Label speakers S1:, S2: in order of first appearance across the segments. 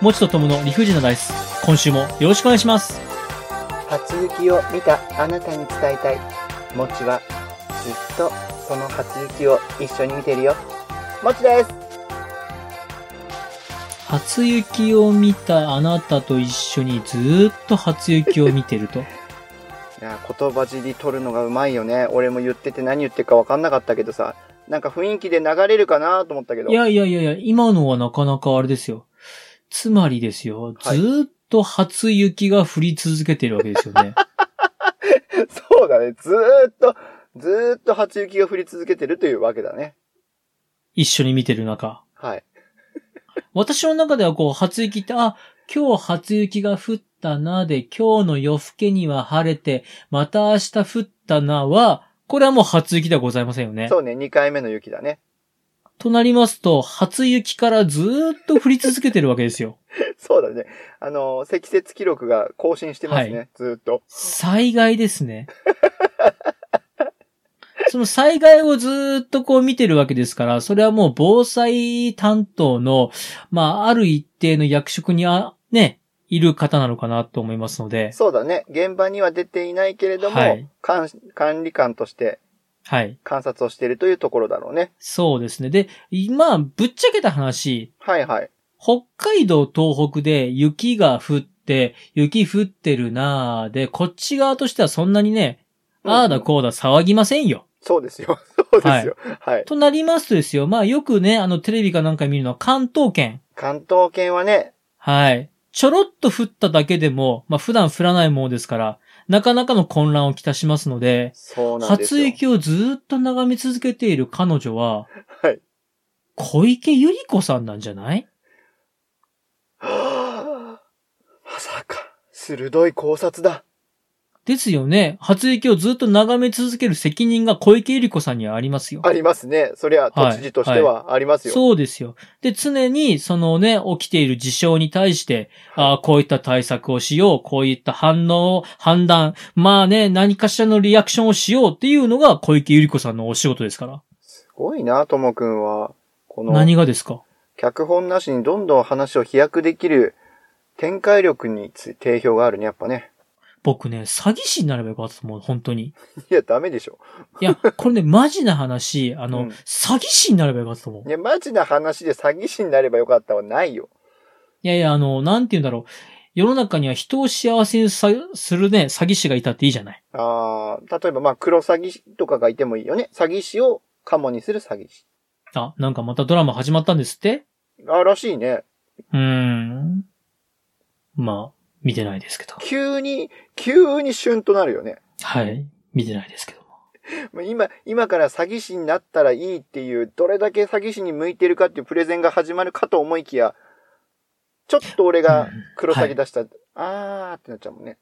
S1: もちとともの理不尽なダイス。今週もよろしくお願いします。
S2: 初雪を見たあなたに伝えたいもちはずっとその初雪を一緒に見てるよもちです
S1: 初雪を見たあなたと一緒にずーっと初雪を見てると。
S2: いや言葉尻取るのがうまいよね俺も言ってて何言ってるか分かんなかったけどさなんか雰囲気で流れるかなと思ったけど
S1: いやいやいやいや、今のはなかなかあれですよ。つまりですよ、ず
S2: はい
S1: ーっと初雪が降り続けてるわけですよ ね。
S2: そうだねずーっとずーっと初雪が降り続けてるというわけだね
S1: 一緒に見てる中。
S2: はい
S1: 私の中ではこう、初雪って、あ、今日初雪が降ったなで、今日の夜更けには晴れて、また明日降ったなは、これはもう初雪ではございませんよね。
S2: そうね2回目の雪だね
S1: となりますと、初雪からずーっと降り続けてるわけですよ。
S2: そうだねあの積雪記録が更新してますね、
S1: は
S2: ずーっと
S1: 災害ですね。 その災害をずーっとこう見てるわけですから、それはもう防災担当の、まあ、ある一定の役職にあ、ね、いる方なのかなと思いますので、
S2: そうだね現場には出ていないけれども、
S1: はい
S2: 管管理官として
S1: はい。
S2: 観察をしているというところだろうね。
S1: そうですね。で、今、ぶっちゃけた話、
S2: はいはい。
S1: 北海道、東北で雪が降って、雪降ってるなぁで、こっち側としてはそんなにね、
S2: うん
S1: ああだこうだ騒ぎませんよ。
S2: そうですよ。 そうですよ。はい。
S1: となりますとですよ、まあよくね、あのテレビかなんか見るのは関東圏。
S2: 関東圏はね、
S1: はい。ちょろっと降っただけでも、まあ普段降らないものですから、なかなかの混乱をきたしますので、
S2: そうなんです
S1: 初
S2: よ。
S1: 雪をずーっと眺め続けている彼女は、
S2: はい
S1: 小池百合子さんなんじゃない
S2: はあまさか、鋭い考察だ。
S1: ですよね。初雪をずっと眺め続ける責任が小池百合子さんにはありますよ。
S2: ありますね。そりゃ、都知事としてはありますよ。
S1: そうですよ。で、常に、そのね、起きている事象に対して、ああ、こういった対策をしよう、こういった反応、判断、まあね、何かしらのリアクションをしようっていうのが小池百合子さんのお仕事ですから。
S2: すごいな、ともくんは。こ
S1: 何
S2: の、
S1: がですか
S2: 脚本なしにどんどん話を飛躍できる展開力につい定評があるね、やっぱね。
S1: 僕ね、詐欺師になればよかったと思う、本当に。
S2: いや、ダメでしょ。
S1: い や、これね、マジな話、あの、
S2: うん
S1: 詐欺師になればよかったと思う
S2: い。や、マジな話で詐欺師になればよかったはないよ。
S1: いやいや、あの、なんて言うんだろう。世の中には人を幸せにさするね、詐欺師がいたっていいじゃない。
S2: ああ、例えば、まあ、黒詐欺師とかがいてもいいよね。詐欺師をカモにする詐欺師。
S1: あ、なんかまたドラマ始まったんですって
S2: あらしいね。
S1: うーん。まあ、見てないですけど。
S2: 急に、急にシュンとなるよね。
S1: はい。見てないですけども。
S2: もう今、今から詐欺師になったらいいっていう、どれだけ詐欺師に向いてるかっていうプレゼンが始まるかと思いきや、ちょっと俺が黒詐欺出した、あーってなっちゃうもんね。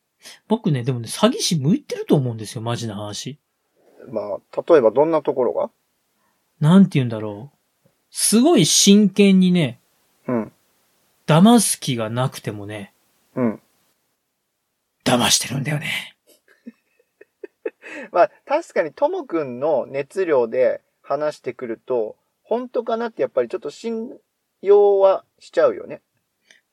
S1: 僕ね、でもね、詐欺師向いてると思うんですよ、マジな話。
S2: まあ、例えばどんなところ
S1: なんて言うんだろう。すごい真剣にね、
S2: がうん、
S1: 騙す気がなくてもね、
S2: うん。
S1: 騙してるんだよね。
S2: まあ、確かにともくんの熱量で話してくると、本当かなってやっぱりちょっと信用はしちゃうよね。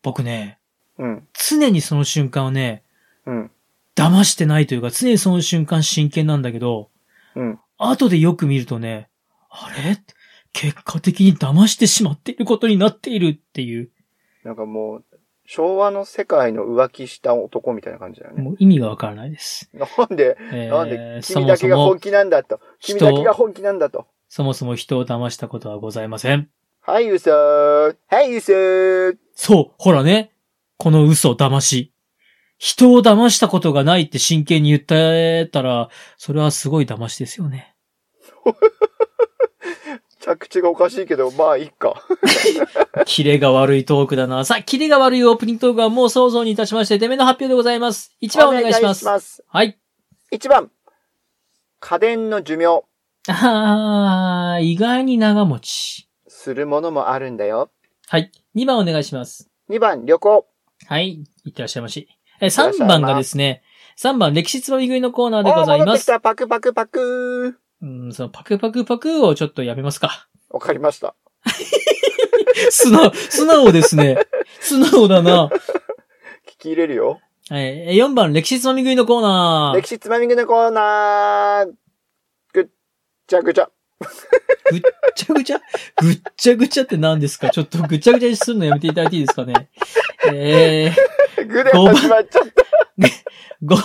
S1: 僕ね、
S2: うん、
S1: 常にその瞬間をね、
S2: うん、
S1: 騙してないというか、常にその瞬間真剣なんだけど、
S2: うん。
S1: 後でよく見るとね、あれ結果的に騙してしまっていることになっているっていう、
S2: なんかもう、昭和の世界の浮気した男みたいな感じだよね。
S1: もう意味がわからないです。
S2: なんで、
S1: えー
S2: なんで、
S1: そ
S2: 君
S1: も
S2: だ
S1: そ
S2: けが
S1: も
S2: 本、気なんだと。君だけが本気なんだと。
S1: そもそも人を騙したことはございません。
S2: はい、嘘はい、嘘
S1: そう、ほらね。この嘘、騙し。人を騙したことがないって真剣に言ってたら、それはすごい騙しですよ ね。
S2: 着地がおかしいけど、まあ、いっか。
S1: キレが悪いトークだな。さあ、キレが悪いオープニングトークはもう想像にいたしまして、出目の発表でございます。一番お願いします。
S2: お願いします。
S1: はい。
S2: 1番。家電の寿命。
S1: あー、意外に長持ち。
S2: するものもあるんだよ。
S1: はい。2番お願いします。
S2: 2番、旅行。
S1: はい。いってらっしゃいまし。え、
S2: ってらっしゃ
S1: 3
S2: い
S1: 番がですね、3番、歴史つまみ食いのコーナーでござい
S2: おー戻
S1: ま
S2: ってき
S1: す。
S2: た、パクパクパク
S1: うん、その、パクパクパクをちょっとやめますか。
S2: わかりました。
S1: 素直、素直ですね。 素直だな。
S2: 聞き入れるよ。
S1: えー4番、歴史つまみ食いのコーナー
S2: 歴。史つまみ食いのコーナーぐっちゃぐちゃ。
S1: ぐっちゃぐちゃぐっちゃぐちゃって何ですかちょっとぐちゃぐちゃにするのやめていただいていいですかね。え
S2: ぐで始まっちゃった。
S1: ー、5、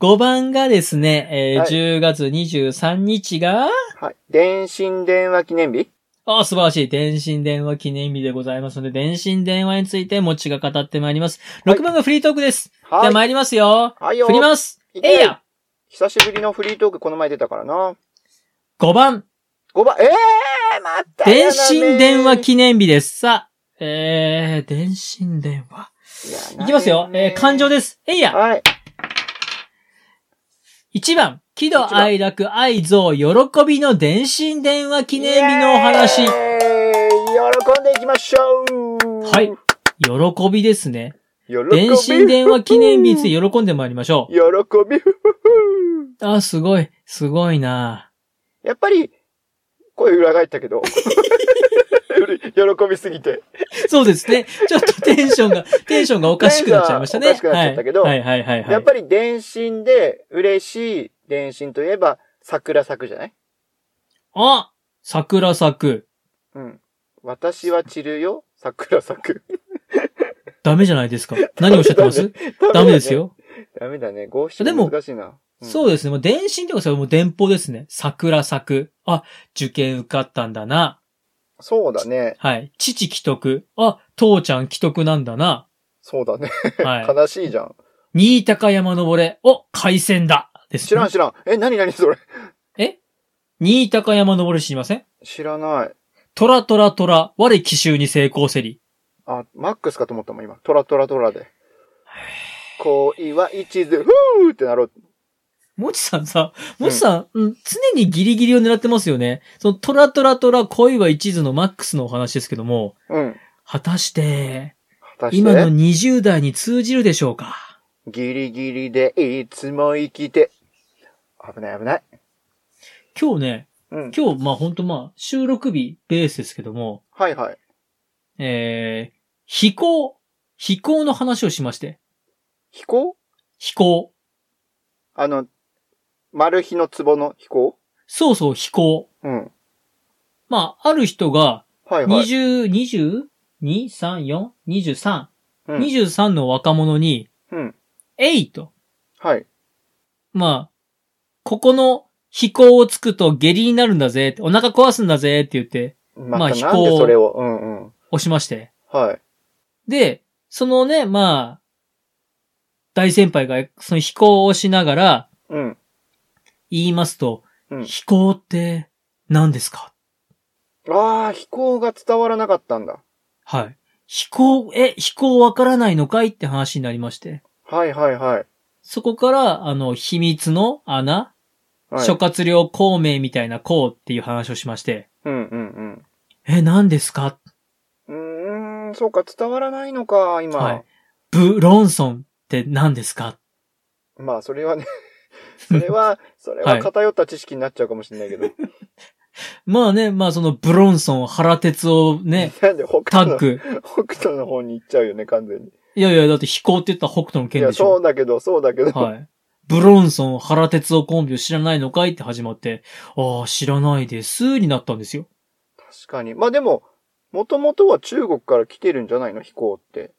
S1: 5番がですね、えー
S2: はい
S1: 10月23日が、
S2: はい。電信電話記念日
S1: あ、素晴らしい。電信電話記念日でございますので、電信電話について、もちが語ってまいります。
S2: はい
S1: 6番がフリートークです。じゃあ
S2: はい。
S1: 参りますよ。
S2: はいよ
S1: 振。ります。
S2: いけ
S1: えいや
S2: 久しぶりのフリートークこの前出たからな。
S1: !5 番、
S2: 5番、えー、またや
S1: 電
S2: だね
S1: 信電話記念日です。さあ、えー、電信電話。いきますよ。えー、感情
S2: で。
S1: です。えいや
S2: はい。
S1: !1 番、喜怒哀楽、愛憎、喜びの電信電話記念日のお
S2: イ
S1: 話。
S2: エーイ喜んでいきましょう
S1: はい。喜びですね。
S2: 喜び。
S1: 電信電話記念日について喜んでまいりましょ
S2: 喜び、ふふふ
S1: う。あ、すごい。すごいな
S2: やっぱり、声裏返ったけど。 喜びすぎて。
S1: そうですね。ちょっとテンション が、テンションがおかしくなっちゃいましたね。
S2: テンションがおかしくなっちゃったけど
S1: はいはいはいはい、はい。
S2: やっぱり電信で嬉しい電信といえば、桜咲くじゃない
S1: あ桜咲く。
S2: うん。私は散るよ、桜咲く。
S1: ダメじゃないですか。何をおっしゃってます ダメです。よ。
S2: ダメだね。五七
S1: でも
S2: 五難しいな。うん
S1: そうですね。もう電信とかそれもう電報ですね。桜咲く。あ、受験受かったんだな。
S2: そうだね。
S1: はい。父既得。あ、父ちゃん既得なんだな。
S2: そうだね。
S1: は
S2: 悲しいじゃん。
S1: い。新高山登れ。お、海鮮だ。です、
S2: 知らん
S1: ね。
S2: 知らん。え、なになにそれ。
S1: 新高山登れ知りません
S2: 知らない。
S1: トラトラトラ。我奇襲に成功せり。
S2: あ、マックスかと思ったもん、今。トラトラトラで。恋は一途、ふーってなろう。
S1: もちさんさ、もちさん、うん、常にギリギリを狙ってますよね。そのトラトラトラ恋は一途のマックスのお話ですけども、
S2: うん。
S1: 果たして、
S2: 果たし
S1: 今の
S2: て、
S1: 20代に通じるでしょうか
S2: ギリギリでいつも生きて。危ない危ない。
S1: 今日ね、
S2: うん。
S1: 今日、まあ本当まあ、収録日ベースですけども、
S2: はいはい。
S1: えー、飛行、飛行の話をしまして、
S2: 飛行
S1: 飛行。
S2: あの、丸日の壺の飛行
S1: そうそう、飛行。
S2: うん。
S1: まあ、ある人が、
S2: はいはい。
S1: 20、20、2、3、4、23、
S2: うん。
S1: 23の若者に、
S2: うん。
S1: えいと、
S2: はい。
S1: まあ、ここの飛行をつくと下痢になるんだぜって、お腹壊すんだぜって言って、
S2: ま
S1: まあ
S2: た
S1: 飛
S2: なんで
S1: 行
S2: それを。うんうん。
S1: 押しまして。
S2: はい。
S1: で、そのね、まあ、大先輩がその飛行をしながら
S2: うん。
S1: 言いますと、
S2: うん。
S1: 飛行って何ですか
S2: ああ、飛行が伝わらなかったんだ。
S1: はい。飛行、え、飛行わからないのかいって話になりまして。
S2: はいはいはい。
S1: そこから、あの、秘密の穴、
S2: はい、
S1: 諸葛亮孔明みたいな孔っていう話をしまして、
S2: うんうん
S1: え、何ですか
S2: うん。うーん、そうか、伝わらないのか、今。
S1: はいブロンソンって何ですか
S2: まあ、それはね、 それは、それ
S1: は
S2: はい偏った知識になっちゃうかもしれないけど。
S1: まあね、まあそのブロンソン、原哲を ね、
S2: なんで北
S1: タ
S2: 斗
S1: ッ
S2: の、
S1: グ。
S2: 北斗の方に行っちゃうよね、完全に。
S1: いやいや、だって飛行って言ったら北斗の
S2: い
S1: 剣
S2: や、
S1: でし
S2: そ
S1: ょ
S2: う。だけど、そうだけど。
S1: はい。ブロンソン、原哲夫コンビを知らないのかいって始まって、ああ、知らないです、になったんですよ。
S2: 確かに。まあでも、もともとは中国から来てるんじゃないの、飛行って。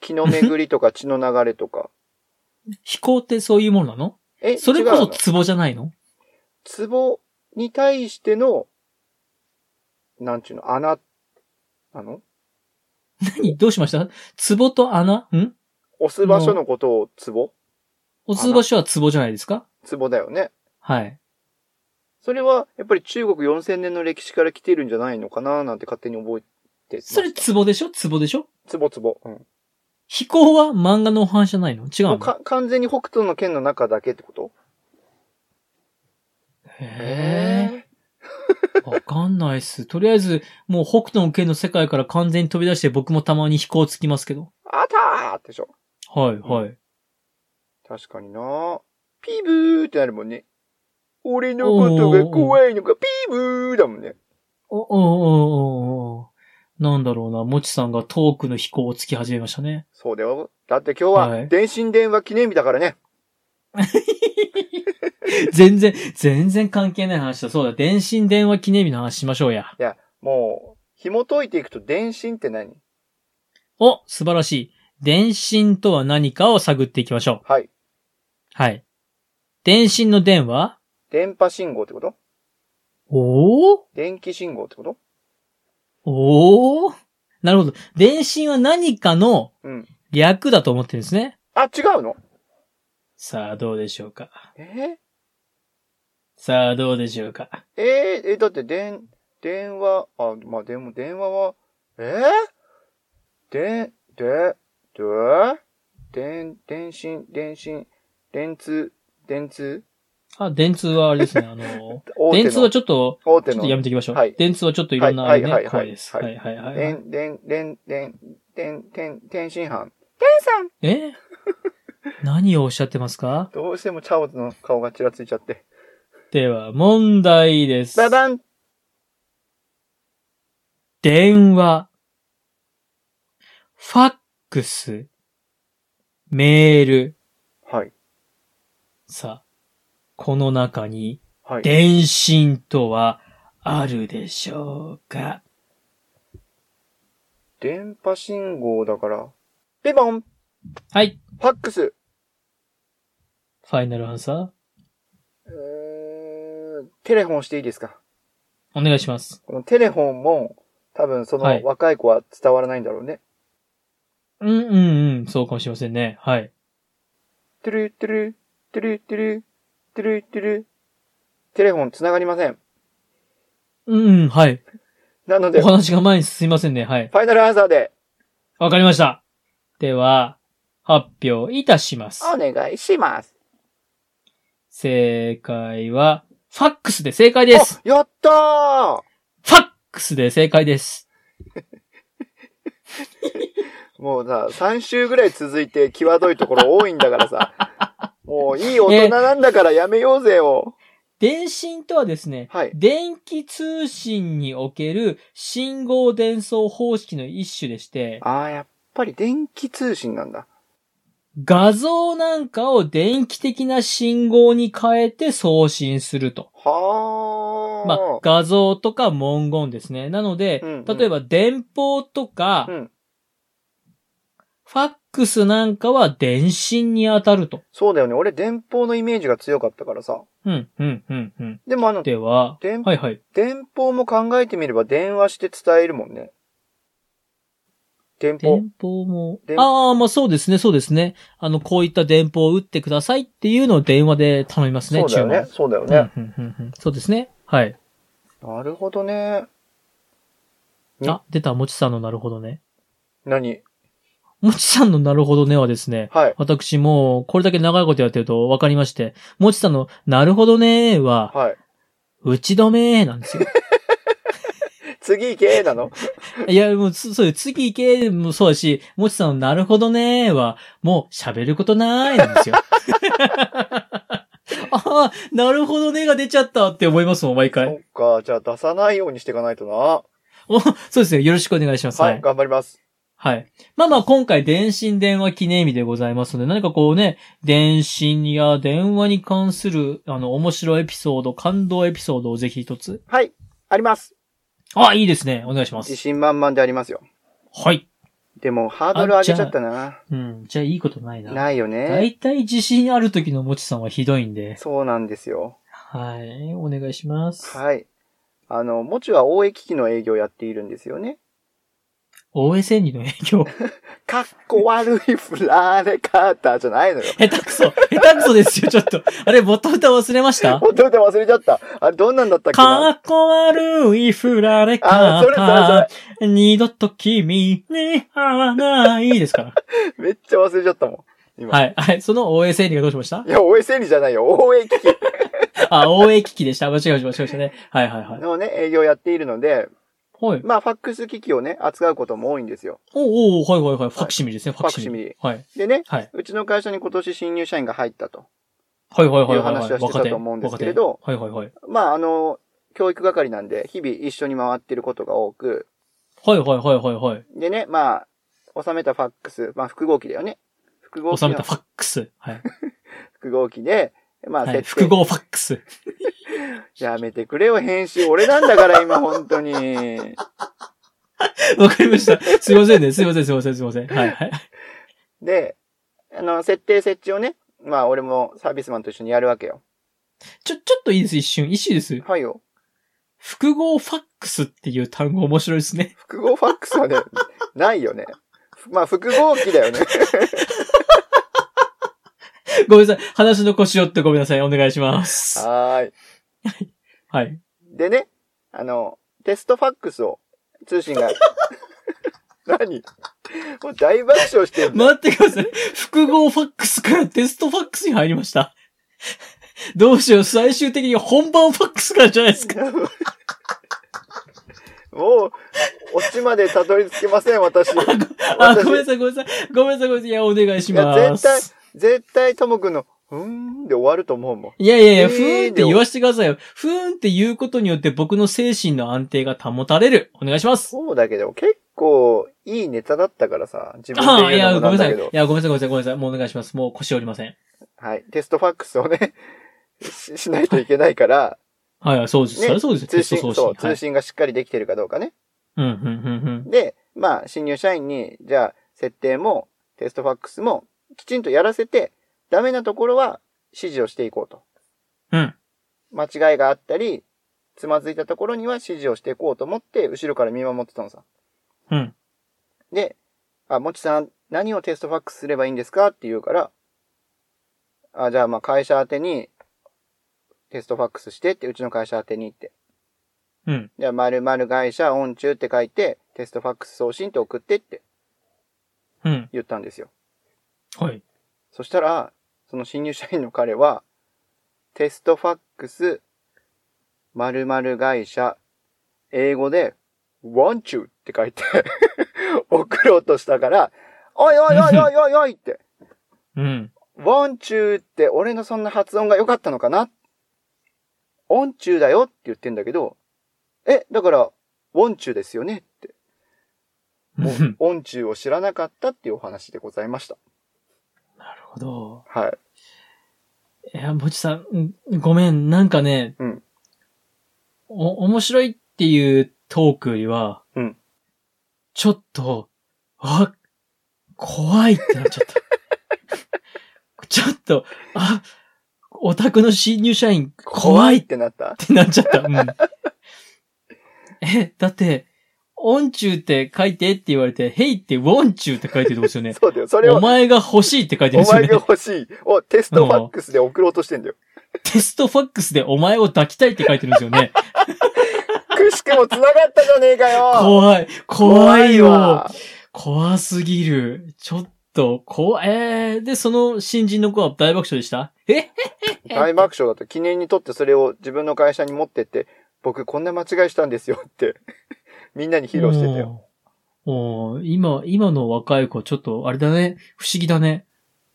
S2: 気の巡りとか血の流れとか。
S1: 飛行ってそういうものなの
S2: え、
S1: それ
S2: 違うの
S1: こそ壺じゃないの
S2: ツボに対しての、なんちゅうの、穴、なの
S1: 何どうしました壺と穴ん
S2: 押す場所のことをツボ
S1: 押す場所は壺じゃないですか
S2: ツボだよね。
S1: はい。
S2: それは、やっぱり中国4000年の歴史から来てるんじゃないのかななんて勝手に覚えて。
S1: それ、壺でしょ壺でしょ
S2: ツボツボ。うん。
S1: 飛行は漫画のお話じゃないの違
S2: も
S1: うの
S2: うか完全に北斗の剣の中だけってこと
S1: へえ。わかんないっす。とりあえず、もう北斗の剣の世界から完全に飛び出して僕もたまに飛行つきますけど。
S2: ー。あたーってでしょ。
S1: はい、はい。
S2: 確かになピーブーってなるもんね。俺のことが怖いのか、ピーブーだもんね。
S1: お、お、お、お、お。なんだろうな、もちさんがトークの飛行をつき始めましたね。
S2: そうだよ。だって今日は
S1: はい
S2: 電信電話記念日だからね。
S1: 全然、全然関係ない話だ。そうだ、電信電話記念日の話しましょうや。
S2: い、や、もう、紐解いていくと電信って何
S1: お、素晴らしい。電信とは何かを探っていきましょう。
S2: はい。
S1: はい。電信の電話
S2: 電波信号ってこと
S1: おー
S2: 電気信号ってこと
S1: おーなるほど。電信は何かの
S2: うん。
S1: 略だと思ってるんですね。
S2: あ、違うの
S1: さあ、どうでしょうか。
S2: え
S1: さあ、どうでしょうか。
S2: ー、えーえだって電、電話、あ、まあ、でも電話は、えー、で、で、で、電、電信、電信、電通、電通
S1: あ、電通はあれですね、あの、
S2: 大手
S1: 電
S2: の、
S1: 通はちょっと、
S2: 大
S1: ち
S2: 手
S1: ょっ
S2: の
S1: とやめておきましょう。
S2: はい
S1: 電通はちょっといろんな
S2: はい
S1: ね、
S2: はいはい
S1: 声です。
S2: は
S1: はいいはいはい。
S2: でん、でん、でん、でん、でん、でん、天津飯。
S1: え何をおっしゃってますか
S2: どうしてもチャオズの顔がちらついちゃって。
S1: では、問題です。
S2: ババン
S1: 電話、ファックス、メール。
S2: はい。
S1: さあ、この中に、
S2: はい。
S1: 電信とはあるでしょうか
S2: 電波信号だから。ピボン
S1: はい。
S2: ファックス
S1: ファイナルアンサ
S2: えーテレフォンしていいですか
S1: ーお願いします。
S2: このテレフォンも、多分そ
S1: は
S2: の
S1: い
S2: 若い子は伝わらないんだろうね。
S1: うんうんうん、そうかもしれませんね。はい。
S2: トゥルートゥルー、トゥルートゥルー、トゥルートゥルー。テレフォン繋がりません。
S1: うんうん、はい。
S2: なので、
S1: お
S2: フ
S1: 話が前に進みませんね。はい。
S2: ァイナルアンサーで、
S1: わかりました。では、発表いたします。
S2: お願いします。
S1: 正解は、ファックスで正解です。
S2: あやったー
S1: ファックスで正解です。
S2: もうさ、3週ぐらい続いて際どいところ多いんだからさ。 もういい大人なんだからやめようぜよ。
S1: 電信とはですね、
S2: はい
S1: 電気通信における信号伝送方式の一種でして、
S2: ああ、やっぱり電気通信なんだ。
S1: 画像なんかを電気的な信号に変えて送信すると。
S2: はあ。
S1: まあ、画像とか文言ですね。なので、
S2: うんうん
S1: 例えば電報とか、
S2: うん
S1: ファックスなんかは電信に当たると。
S2: そうだよね。俺、電報のイメージが強かったからさ。
S1: うん、うん、うん、うん。
S2: でもあの、
S1: では、
S2: 電
S1: はいはい。
S2: 電報も考えてみれば電話して伝えるもんね。電報。
S1: 電報も
S2: で。
S1: ああ、まあそうですね、そうですね。あの、こういった電報を打ってくださいっていうのを電話で頼みますね、
S2: そうだよね。そうだよ
S1: 注文
S2: ね。
S1: うんうんうんうんそうですね。はい。
S2: なるほどね。うん
S1: あ、出た、もちさんのなるほどね。
S2: 何
S1: もちさんのなるほどねはですね、
S2: はい。
S1: 私もうこれだけ長いことやってると分かりまして、もちさんのなるほどねは、
S2: はい。
S1: 打ち止めなんですよ。
S2: 次行 けなの
S1: いや、もう、つそういう、次行けもそうだし、もちさんのなるほどねは、もう喋ることないなん ですよ。ああ、なるほどねが出ちゃったって思いますもん、毎
S2: そ
S1: 回。
S2: っか。じゃあ出さないようにしていかないとな。
S1: おそうですね。よろしくお願いします。は
S2: はい、
S1: い。
S2: 頑張ります。
S1: はい。まあまあ、今回、電信電話記念日でございますので、何かこうね、電信や電話に関する、あの、面白いエピソード、感動エピソードをぜひ一つ。
S2: はい、あります。
S1: あ、いいですね。お願いしま
S2: 自
S1: す。
S2: 信満々でありますよ。
S1: はい。
S2: でも、ハードル上げちゃったな。
S1: うん。じゃあ、いいことないな。
S2: ないよね。
S1: 大体自信ある時のもちさんはひどいんで。
S2: そうなんですよ。
S1: はい。お願いします。
S2: はい。あの、もちは大江機器の営業やっているんですよね。
S1: OSN の影響。
S2: かっこ悪い振られ方じゃないのよ。
S1: 下手くそ。下手くそですよ、ちょっと。あれ、元歌忘れました
S2: 本当に忘れちゃった。あれ、どんなんだったっけな
S1: かっこ悪い振られ
S2: あ、それ
S1: 方。
S2: そ
S1: 二度と君に会わないです から。
S2: れそれ。めっちゃ忘れちゃったもん。今。
S1: はい。はい。その OSN がどうしました
S2: いや、応援整理じゃないよ。応援機 器
S1: あ、応援機器でした。間違えました、間違えましたね。はいはいはい。
S2: のね、営業やっているので、
S1: はい。
S2: まあ、ファックス機器をね、扱うことも多いんですよ。
S1: おうおうはいはいはい。ファクシミリですね、フ
S2: ファ
S1: ァ
S2: ク
S1: ク
S2: シ
S1: シ
S2: ミ
S1: ミ
S2: リ
S1: リ。はい。
S2: でね、
S1: はい。
S2: うちの会社に今年新入社員が入ったと。
S1: はいはいはい
S2: いう
S1: はい。
S2: 話はしてたと思うんですけれど
S1: 若手はいはいはい。
S2: まあ、あの、教育係なんで、日々一緒に回ってることが多く、
S1: はいはいはいはいはい。
S2: でね、まあ、収めたファックス、まあ複合機だよね。複合機
S1: 収
S2: の
S1: めたファックス。はい。
S2: 複合機で、まあ、
S1: はい、
S2: 設定
S1: 複合ファックス。
S2: やめてくれよ、編集。俺なんだから、今、本当に。
S1: わかりました。すいませんね。すいません、すいません、すいません。はいはい。
S2: で、あの、設定設置をね、まあ、俺もサービスマンと一緒にやるわけよ。
S1: ちょ、ちょっといいです、一瞬。一瞬です。
S2: はいよ。
S1: 複合ファックスっていう単語面白いですね。
S2: 複合ファックスはね、 ないよね。まあ、複合機だ よね。
S1: ごめんなさい。話の腰折ってごめんなさい。お願いします。
S2: はーい。
S1: はい。
S2: でね、あの、テストファックスを、通信 が。何もう大爆笑してる、
S1: 待ってください。複合ファックスからテストファックスに入りました。どうしよう。最終的に本番ファックスからじゃない ですか。
S2: もう、オチまでたどり着けません、私。
S1: あ、ごめんなさい、ごめんなさい。ごめんなさい、ごめんなさい。いや、お願いし
S2: いや、
S1: ま
S2: 絶対
S1: す。、
S2: 絶対ともくんの、うーんで終わると思うもん。
S1: いやいやいや、
S2: えー
S1: ふーんって言わせてくださいよ。ふーんって言うことによって僕の精神の安定が保たれる。お願いします。
S2: そうだけど、結構、いいネタだったからさ、自分
S1: ああ、
S2: で
S1: い
S2: 言う
S1: や、
S2: の
S1: ご
S2: も
S1: めん
S2: なん
S1: なさ
S2: だ
S1: い。
S2: け
S1: い
S2: ど。
S1: や、ごめんなさい、ごめんなさい、ごめんなさい。もうお願いします。もう腰折りません。
S2: はい。テストファックスをね、し しないといけないから、
S1: はいはい、そうです。
S2: ね
S1: それそうですよ。
S2: 通
S1: テスト
S2: 信、
S1: 送
S2: そう、
S1: 信。はい。
S2: 通信がしっかりできてるかどうかね。
S1: うん、うん、うん、うん。
S2: で、まあ、新入社員に、じゃあ、設定も、テストファックスも、きちんとやらせて、ダメなところは、指示をしていこうと。
S1: うん。
S2: 間違いがあったり、つまずいたところには指示をしていこうと思って、後ろから見守ってたのさ。
S1: うん。
S2: で、あ、もちさん、何をテストファックスすればいいんですかって言うから、あ、じゃあまあ会社宛てにテストファックスしてって、うちの会社宛てにって。
S1: うん。
S2: じゃあ、〇〇会社、オン中って書いて、テストファックス送信って送ってって
S1: うん。
S2: 言ったんですよ。
S1: はい。
S2: そしたら、その新入社員の彼は、テストファックス、〇〇会社、英語で、ワンチューって書いて、 送ろうとしたから、おいおいおいおいおいおいって、
S1: うん。
S2: ワンチューって俺のそんな発音が良かったのかなオンチューだよって言ってんだけど、え、だから、ウォンチューですよねって。もうオンチューを知らなかったっていうお話でございました。
S1: なるほど。
S2: はい。
S1: いや、ぼちさん、んごめん、なんかね、
S2: うん
S1: お、面白いっていうトークよりは、
S2: うん
S1: ちょっと、あ、怖いってなっちゃった。ちょっと、あ、オタクの新入社員、怖いっ
S2: ってなった
S1: ってなっちゃった。うん。え、だって、オンチューって書いてって言われて、ヘイってウォンチューって書いてるってことですよね。
S2: そうだよ。それを
S1: お前が欲しいって書いてるん
S2: お
S1: ですよ
S2: 前
S1: ね
S2: が。欲しいをテストファックスで送ろうとしてんだよ。
S1: テストファックスでお前を抱きたいって書いてるんですよ ね。
S2: くしくも繋がったじゃねえかよ
S1: 怖い。怖いよ。
S2: わ
S1: 怖すぎる。ちょっと、怖い。えー、で、その新人の子は大爆笑でしたえ
S2: 大爆笑だった。記念にとってそれを自分の会社に持ってって、僕こんな間違いしたんですよって、みんなに披露してたよ。
S1: おーおー今、今の若い子、ちょっと、あれだね。不思議だね。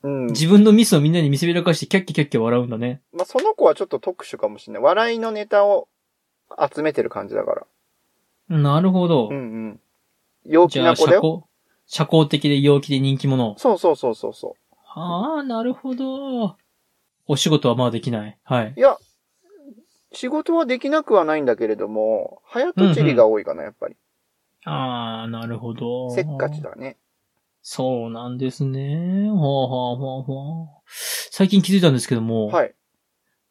S2: うん。
S1: 自分のミスをみんなに見せびらかして、キャッキャキャッキャ笑うんだね。
S2: まあ、その子はちょっと特殊かもしれない。笑いのネタを集めてる感じだから。
S1: なるほど。
S2: うんうん。陽気
S1: じゃ
S2: な
S1: あ、
S2: 子
S1: 社
S2: だよ。
S1: 交、社交的で陽気で人気者。
S2: そうそうそうそうそ。。
S1: ああ、なるほど。お仕事はまあできない。はいう
S2: いや、仕事はできなくはないんだけれども、早とちりが多いかな、やっぱり。
S1: ああ、なるほど。
S2: せっかち。だね。
S1: そうなんですね。ほうほうほうほう。最近気づいたんですけども、
S2: はい。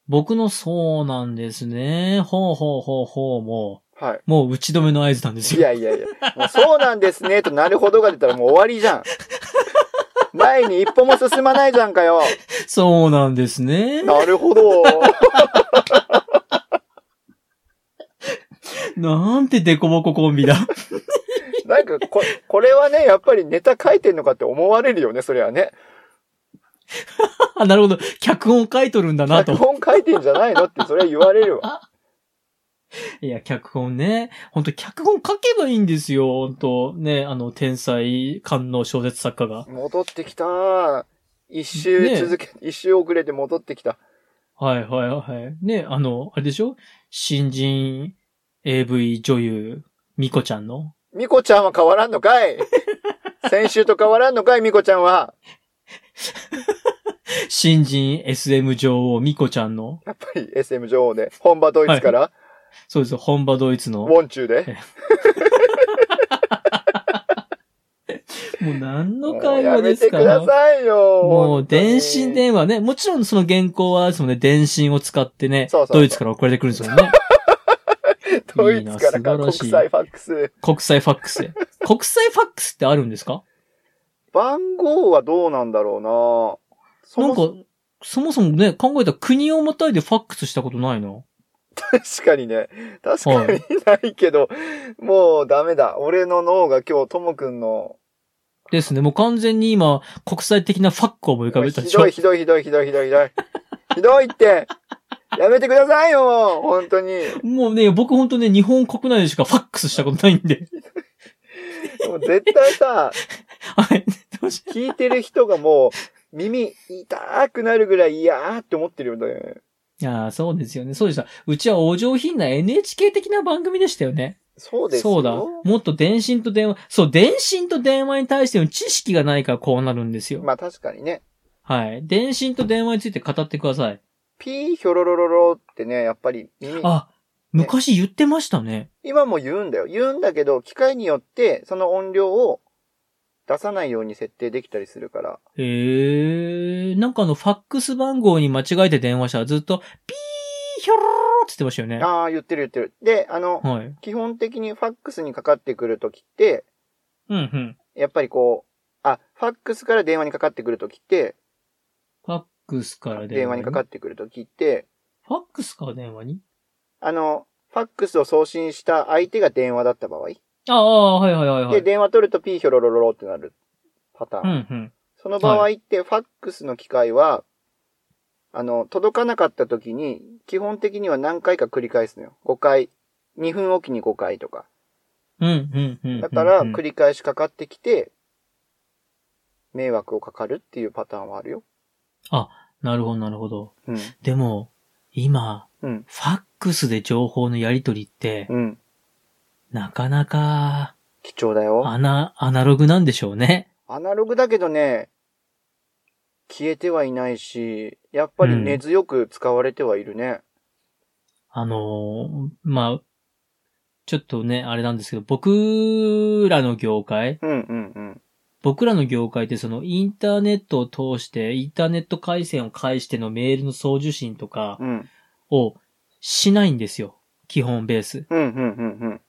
S1: 僕のそうなんですね。ほうほうほうほうも、
S2: はい。
S1: もう打ち止めの合図なんです
S2: い
S1: よ。
S2: やいやいや、もうそうなんですね となるほどが出たらもう終わりじゃん。 前に一歩も進まないじゃんかよ。
S1: そうなんですね。
S2: なるほど。
S1: なんてデコボココンビだ。
S2: なんかこ、これはね、やっぱりネタ書いてんのかって思われるよね、そりゃね。
S1: なるほど。脚本書いとるんだな
S2: 脚
S1: と。
S2: 本書いてんじゃないのってそれは言われるわ。
S1: いや、脚本ね。ほんと、脚本書けばいいんですよ。ほんと、ね、あの、天才感の小説作家が。
S2: 戻ってきた。一周続け、一周遅れて戻ってきた。
S1: はいはいはい。ね、あの、あれでしょ新人 AV 女優、ミコちゃんの
S2: ミコちゃんは変わらんの かい先週と変わらんのかいミコちゃんは。
S1: 新人 SM 女王、ミコちゃんの、
S2: やっぱり SM 女王で、本場ドイツから、
S1: そうです、本場ドイツの、
S2: ウ
S1: も
S2: ォンチューで。
S1: う何の
S2: もう
S1: 会
S2: や
S1: 話
S2: め
S1: で
S2: て
S1: す
S2: く
S1: か
S2: ださいよ。
S1: もう
S2: 本当に
S1: 電信。電話ね、もちろんその原稿はあれですもんね、電信を使ってね、
S2: そうそうそう
S1: ドイツから送られてくるんですよね。
S2: ドイツからか
S1: いいな素晴ら
S2: 国
S1: しい
S2: 際ファックス。
S1: 国際ファックスで。国際ファックスってあるんですか
S2: 番号はどうなんだろうなそ
S1: なん
S2: も
S1: か、そもそもね、考えたら国をまたいでファックスしたことないな。
S2: 確かにね。確かにないけど、もうダメだ。俺の脳が今日、ともくんの、
S1: ですね。もう完全に今、国際的なファックを思い浮かべたで
S2: ひ
S1: しょ
S2: どい。ひどいひどいひどいひどいひどい。ひどいってやめてくださいよ本当に。
S1: もうね、僕ほんとね、日本国内でしかファックスしたことないんで。
S2: もう絶対さ、
S1: はい。どうしよ
S2: 聞いてる人がもう、耳痛くなるぐらい嫌ーって思ってるよね。
S1: う。いやーそうですよね。そうでした。うちはお上品な NHK 的な番組でしたよね。
S2: そうですよ
S1: そうだ。もっと電信と電話、そう、電信と電話に対しての知識がないからこうなるんですよ。
S2: まあ確かにね。
S1: はい。電信と電話について語ってください。
S2: ピーヒョロロロロってね、やっぱり耳、
S1: あ、昔言ってましたね。
S2: 今も言うんだよ。言うんだけど、機械によってその音量を出さないように設定できたりするから。
S1: えー、なんかあの、ファックス番号に間違えて電話したらずっと、ピーヒョロロロって言ってましたよね。
S2: ああ、言ってる言ってる。で、あの、
S1: はい。
S2: 基本的にファックスにかかってくるときって、
S1: うんうん。
S2: やっぱりこう、あ、ファックスから電話にかかってくるときって、
S1: ファックスから電
S2: 電
S1: 話
S2: 話
S1: に。
S2: にかかってくるときって、
S1: ファックスから電話に
S2: あの、ファックスを送信した相手が電話だった場合。
S1: ああ、はいはいはいは
S2: で、
S1: い。
S2: 電話取るとピーヒョロロロロってなるパターン。
S1: うんうん。
S2: その場合って、ファックスの機械は、あの、届かなかった時に、基本的には何回か繰り返すのよ。5回。2分おきに5回とか。
S1: うんうんうんうんうん。
S2: だから、繰り返しかかってきて、迷惑をかかるっていうパターンはあるよ。
S1: なるほどなるほど。
S2: うん。
S1: でも、今、
S2: うん。
S1: ファックスで情報のやり取りって、
S2: うん。
S1: なかなか、
S2: 貴重だよ。
S1: アナ、アナログなんでしょうね。
S2: アナログだけどね、消えてはいないし、やっぱり根強く使われてはいるね。
S1: あのーまあ、ちょっとね、あれなんですけど、僕らの業界、
S2: うんうんうん。
S1: 僕らの業界ってそのインターネットを通して、インターネット回線を介してのメールの送受信とか
S2: うん。
S1: をしないんですよ。基本ベース。
S2: うんうんうんうん。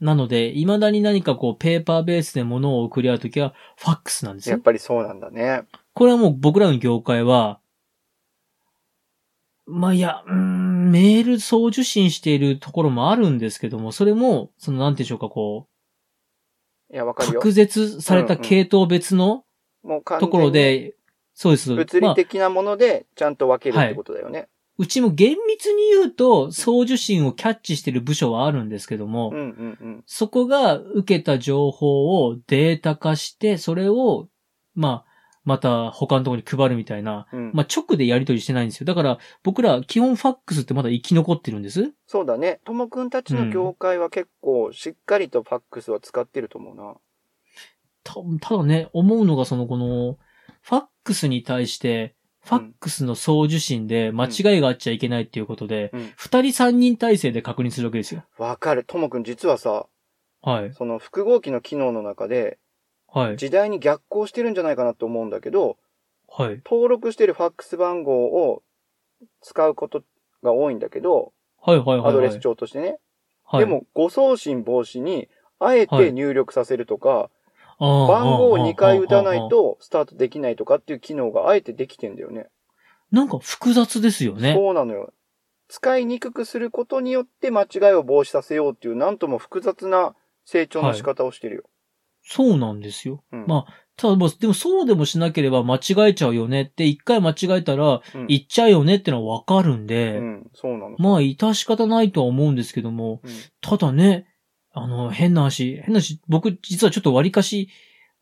S1: なので、未だに何かこう、ペーパーベースで物を送り合うときは、ファックスなんです
S2: やっ
S1: よ。
S2: ぱりそうなんだね。
S1: これはもう僕らの業界は、まあいや、うーん、メール送受信しているところもあるんですけども、それも、そのなんていうんでしょうか、こう、
S2: いや、わかるよ。
S1: 隔絶された系統別の
S2: もう完全
S1: と
S2: に
S1: ころで、そうです。
S2: 物
S1: ま
S2: 理
S1: あ、
S2: 的なものでちゃんと分けるってことだよね。
S1: うちも厳密に言うと、送受信をキャッチしている部署はあるんですけども、
S2: うんうんうん。
S1: そこが受けた情報をデータ化して、それを、まあ、また他のところに配るみたいな、
S2: うん
S1: まあ直でやり取りしてないんですよ。だから僕ら基本ファックスってまだ生き残ってるんです。
S2: そうだね。ともくんたちの業界は結構しっかりとファックスは使ってると思うな。
S1: たただね、思うのがそのこの、ファックスに対して、ファックスの送受信で間違いがあっちゃいけないっていうことで、
S2: うん。
S1: 二、人三人体制で確認するわけですよ。
S2: わかる。ともくん実はさ、
S1: はい。
S2: その複合機の機能の中で
S1: はい。
S2: 時代に逆行してるんじゃないかなと思うんだけど、
S1: はい。
S2: 登録してるファックス番号を使うことが多いんだけど、
S1: はいはいはい、はい。
S2: アドレス帳としてね。
S1: はい、
S2: でも、誤送信防止に、あえて入力させるとか、番
S1: 番
S2: 号を2回打たない。とスタートできないとかっていう機能があえてできてんだよね。
S1: なんか複雑ですよね。
S2: そうなのよ。使いにくくすることによって間違いを防止させようっていうなんとも複雑な成長の仕方をしてるよ。
S1: そうなんですよ。
S2: うん
S1: まあただもう、でもそうでもしなければ間違えちゃうよねって、一回間違えたら、
S2: うん
S1: 言っちゃうよねってのはわかるん
S2: う
S1: で、
S2: ん、そうなの。
S1: まあ、致し方ないとは思うんですけども、
S2: うん
S1: ただね、あの、変な話、変な話、僕、実はちょっと割かし、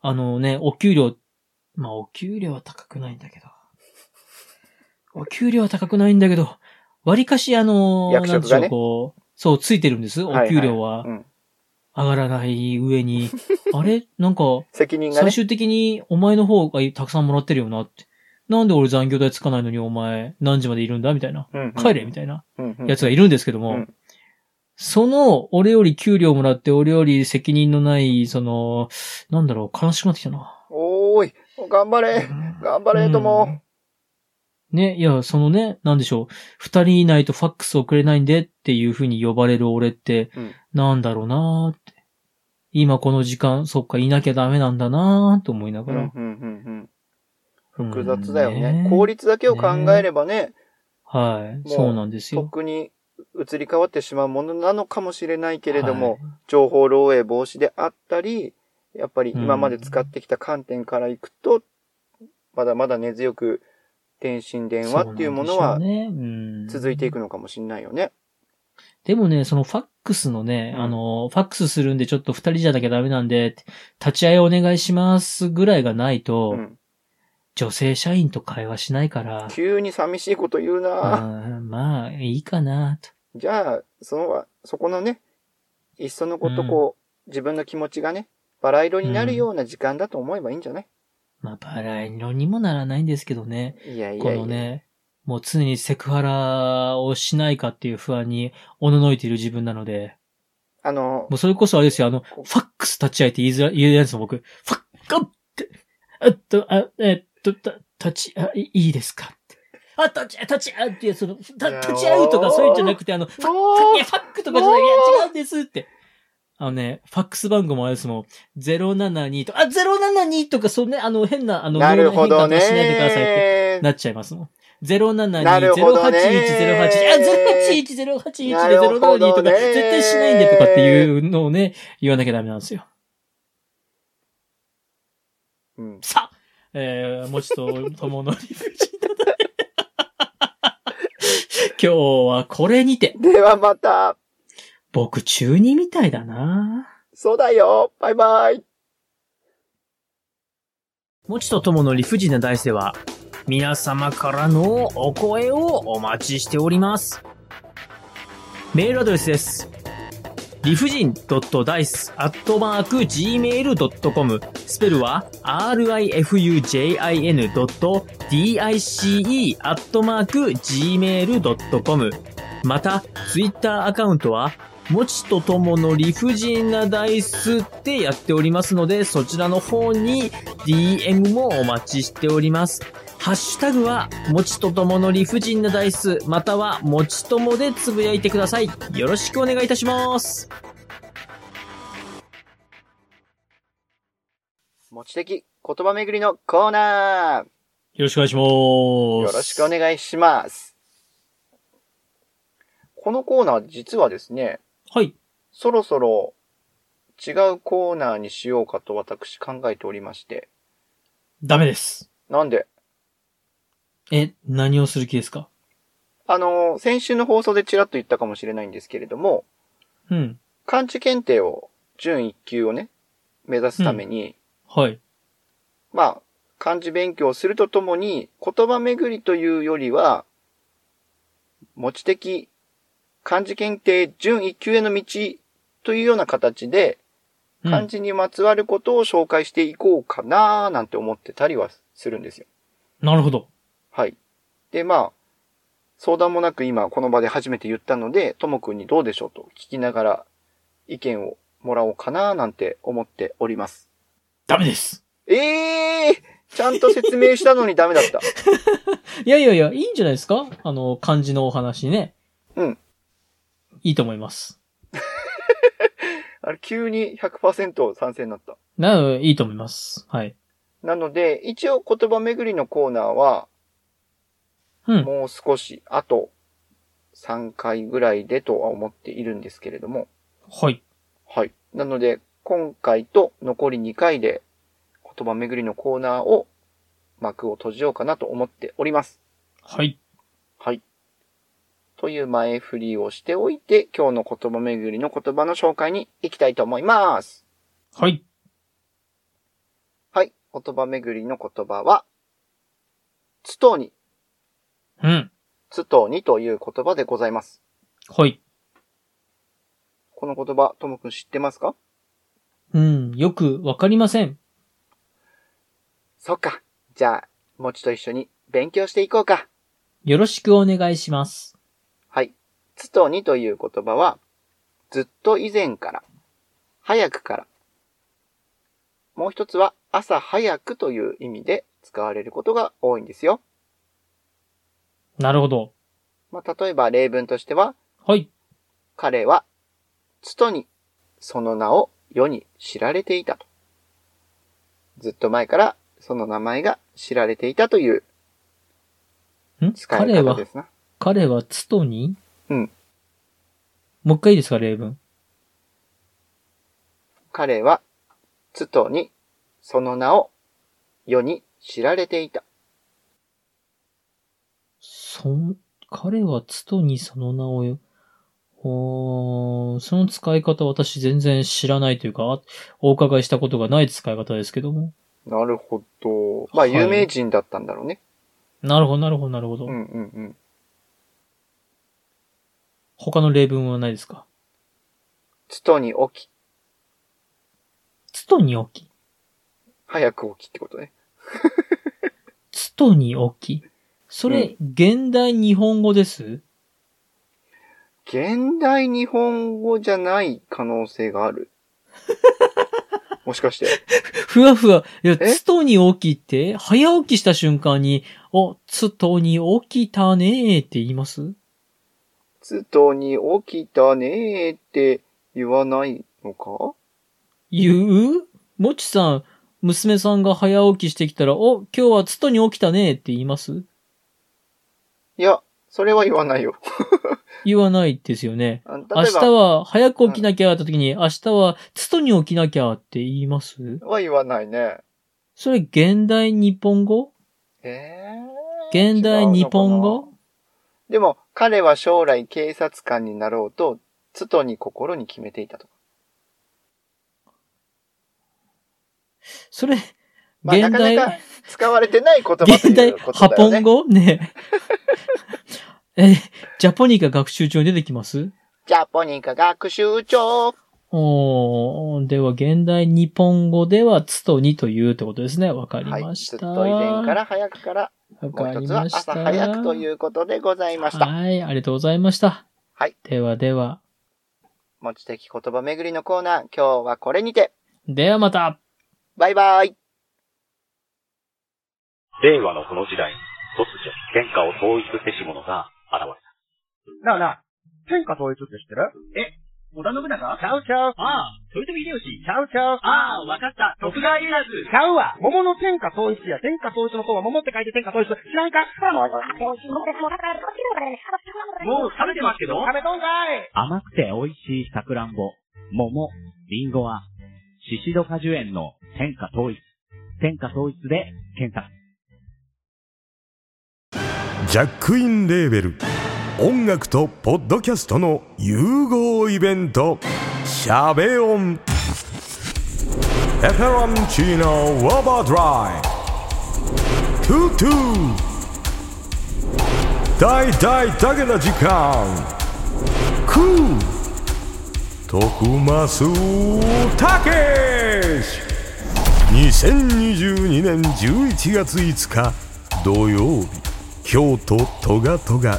S1: あのね、お給料、まあ、お給料は高くないんだ けど、お給料は高くないんだけど、割かし、あの、
S2: 役職がね
S1: なんでしょう、こう、そう、ついてるんです、お給料は。
S2: うん
S1: 上がらない上 に、あれなんか、
S2: 責任が
S1: 最
S2: ね。
S1: 終的にお前の方がたくさんもらってるよなって。なんで俺残業代つかないのにお前何時までいるんだみたいな。帰れみたいな
S2: たいな
S1: やつがいるんですけども、
S2: うん
S1: その、俺より給料もらって、俺より責任のない、その、なんだろう、悲しくなってきたな。
S2: おーい、頑張れ、頑張れとも。
S1: ね、いや、そのね、なんでしょう、二人いないとファックスをくれないんでっていう風に呼ばれる俺って、
S2: うん
S1: なんだろうなーって。今この時間、そっか、いなきゃダメなんだなーと思いな
S2: う
S1: が
S2: んう
S1: ら。
S2: んうん
S1: うん
S2: うん複雑だよね。効率だけを考えればね、
S1: はい。
S2: もう
S1: そうなんです
S2: とっ
S1: よ。
S2: くに移り変わってしまうものなのかもしれないけれども、
S1: はい
S2: 情報漏洩防止であったり、やっぱり今まで使ってきた観点からいくと、まだまだ根強く天津電話っていうものは
S1: そうなんでしょうねうん
S2: 続いていくのかもしれないよね。
S1: でもね、そのファックスのね、
S2: うん
S1: あの、ファックスするんでちょっと二人じゃなきゃダメなんで、立ち会いお願いしますぐらいがないと、
S2: うん
S1: 女性社員と会話しないから、
S2: 急に寂しいこと言うな、
S1: うんまあ、いいかなと。
S2: じゃあ、その、そこのね、いっそのことこう、自分の気持ちがね、バラ色になるような時間だと思えばいいんじゃない、
S1: まあ、バラ色にもならないんですけどね。
S2: いやいやいや。
S1: このね、もう常にセクハラをしないかっていう不安におののいている自分なので、
S2: あの、
S1: もうそれこそあれですよ、あの、ファックス立ち会いって言いづら言えないですもん、僕。ファックって、えっと、あ、えっと、た、立ち、あ、いいいですかって。あ、立ち、立ち、あっていう、その、た
S2: いや
S1: 立ち会うとかそういうんじゃなくて、あの、ファ
S2: もう
S1: いや、ファックとかじゃない、いや、違うんですって。あのね、ファックス番号もあれですもん、072と、あ、072とか、そうね、あの、変な、あの、
S2: なるほど
S1: 変換と
S2: ね
S1: かしないでくださいって、なっちゃいますもん。072、
S2: なるほどね
S1: 081、081、あ、081、081
S2: な
S1: で
S2: るほど
S1: 072と
S2: ね
S1: か、絶対しないんでとかっていうのをね、言わなきゃダメなんですよ。
S2: うん、
S1: さあ、えー、もちと友の理不尽だね。 今日はこれにて、
S2: ではまた、
S1: 僕中二みたいだな
S2: そうだよ、バイバイ。
S1: もちとともの理不尽な大世は、皆様からのお声をお待ちしております。メールアドレスです。理不尽 .dice.gmail.com スペルは rifujin.dice.gmail.com また、ツイッターアカウントは、もちとともの理不尽なダイスってやっておりますので、そちらの方に DM もお待ちしております。ハッシュタグは、もちとともの理不尽なダイス、または、もちともでつぶやいてください。よろしくお願いいたします。
S2: 持ち的言葉巡りのコーナー。
S1: よろしくお願いし
S2: よ
S1: ます。
S2: ろしくお願いします。このコーナー実はですね、
S1: はい。
S2: そろそろ違うコーナーにしようかと私考えておりまして。
S1: ダメです。
S2: なんで
S1: え、何をする気ですか
S2: あの、先週の放送でちらっと言ったかもしれないんですけれども、
S1: うん。
S2: 漢字検定を、準一級をね、目指すために、
S1: はい。
S2: まあ、漢字勉強をするとともに、言葉巡りというよりは、持ち的漢字検定準一級への道というような形で、漢字にまつわることを紹介していこうかなーなんて思ってたりはするんですよ。
S1: なるほど。
S2: はい。で、まあ、相談もなく今この場で初めて言ったので、ともくんにどうでしょうと聞きながら意見をもらおうかなーなんて思っております。
S1: ダメです。
S2: ええーちゃんと説明したのにダメだった。
S1: いやいやいや、いいんじゃないですかあの、漢字のお話ね。
S2: うん。
S1: いいと思います。
S2: あれ、急に100%賛成になった。
S1: なので、いいと思います。はい。
S2: なので、一応言葉巡りのコーナーは、
S1: うん。
S2: もう少し、あと3回ぐらいでとは思っているんですけれども、
S1: はい。
S2: はい。なので、今回と残り2回で、言葉巡りのコーナーを、幕を閉じようかなと思っております。
S1: はい。
S2: はい。という前振りをしておいて、今日の言葉巡りの言葉の紹介に行きたいと思います。
S1: はい。
S2: はい。言葉巡りの言葉は、つとに、
S1: うん。
S2: つとにという言葉でございます。
S1: はい。
S2: この言葉、ともくん知ってますか
S1: うん、よくわかりません。
S2: そっか。じゃあ、もちと一緒に勉強していこうか。
S1: よろしくお願いします。
S2: はい。つとにという言葉は、ずっと以前から、早くから。もう一つは、朝早くという意味で使われることが多いんですよ。
S1: なるほど。
S2: まあ、例えば例文としては、
S1: はい。
S2: 彼は、つとに、その名を世に知られていたと。ずっと前から、その名前が知られていたというん使い
S1: 彼
S2: 方
S1: は
S2: で、すな。
S1: 彼はツトに
S2: うん。
S1: もう一回いいですか、例文。
S2: 彼は、つとに、その名を世に知られていた。
S1: そん、彼はツトにその名をよ、おーその使い方私全然知らないというか、あお伺いしたことがない使い方ですけども。
S2: なるほど。ま
S1: は
S2: あ、
S1: い
S2: 有名人だったんだろうね。
S1: なるほど、なるほど、なるほど。
S2: うんうんうん。
S1: 他の例文はないですか
S2: つとに起き、
S1: ツトに起き。
S2: 早く起きってことね。
S1: ツトに起き。それ、現代日本語です
S2: 現代日本語じゃない可能性が ある。もしかして。
S1: ふわふわ。いや、
S2: え
S1: つとに起きて、早起きした瞬間に、お、つとに起きたねーって言います
S2: つとに起きたねーって言わないのか
S1: 言うもちさん、娘さんが早起きしてきたら、お、今日はつとに起きたねーって言います
S2: いや、それは言わないよ。
S1: 言わないですよね。
S2: あ例えば
S1: 明日は早く起きなきゃって時に、明日はつとに起きなきゃって言います
S2: は言わないね。
S1: それ現代日本語
S2: えー、
S1: 現代日本
S2: 違うのか
S1: 語
S2: なでも、彼は将来警察官になろうと、つとに心に決めていたとか。
S1: それ、
S2: まあ、
S1: 現
S2: なか
S1: 代、
S2: なか使われてない言葉ということ
S1: 現
S2: だよ
S1: 代、
S2: ね。
S1: ハポン語ねえ。え、ジャポニカ学習帳に出てきます
S2: ジャポニカ学習帳。
S1: おーでは、現代日本語では、つとにというってことですね。わかり
S2: はい。
S1: まし。
S2: ずったと以前から早くから、
S1: わ
S2: もう
S1: か
S2: 一
S1: り
S2: つは
S1: ました。
S2: 朝早くということでございました。
S1: はい、ありがとうございました。
S2: はい。
S1: ではでは、
S2: 持ち的言葉巡りのコーナー、今日はこれにて。
S1: ではまた
S2: バイバイ。
S3: 令和のこの時代、突如、天下を統一せし者が現れた。
S4: なあなあ、天下統一って知ってる
S3: 織田信
S4: ちゃ
S3: 長
S4: うちゃう。
S3: ああ、豊臣秀吉。
S4: ちゃうちゃう。
S3: ああ、わかった。徳川家康。
S4: ちゃうわ。桃の天下統一や。天下統一の方は桃って書いて天下統一。知らんか
S3: もう食べてますけど
S4: 食べとんかい
S5: 甘くて美味しいさくらんぼ、桃、りんごは、シシド果樹園の天下統一。天下統一で検索。
S6: ジャックインレーベル音楽とポッドキャストの融合イベント「シャベオン」「エフェロンチーノウォーバードライ」「トゥトゥ」「大大だけな時間」「クー」「徳マスたけし」2022年11月5日土曜日京都トガトガ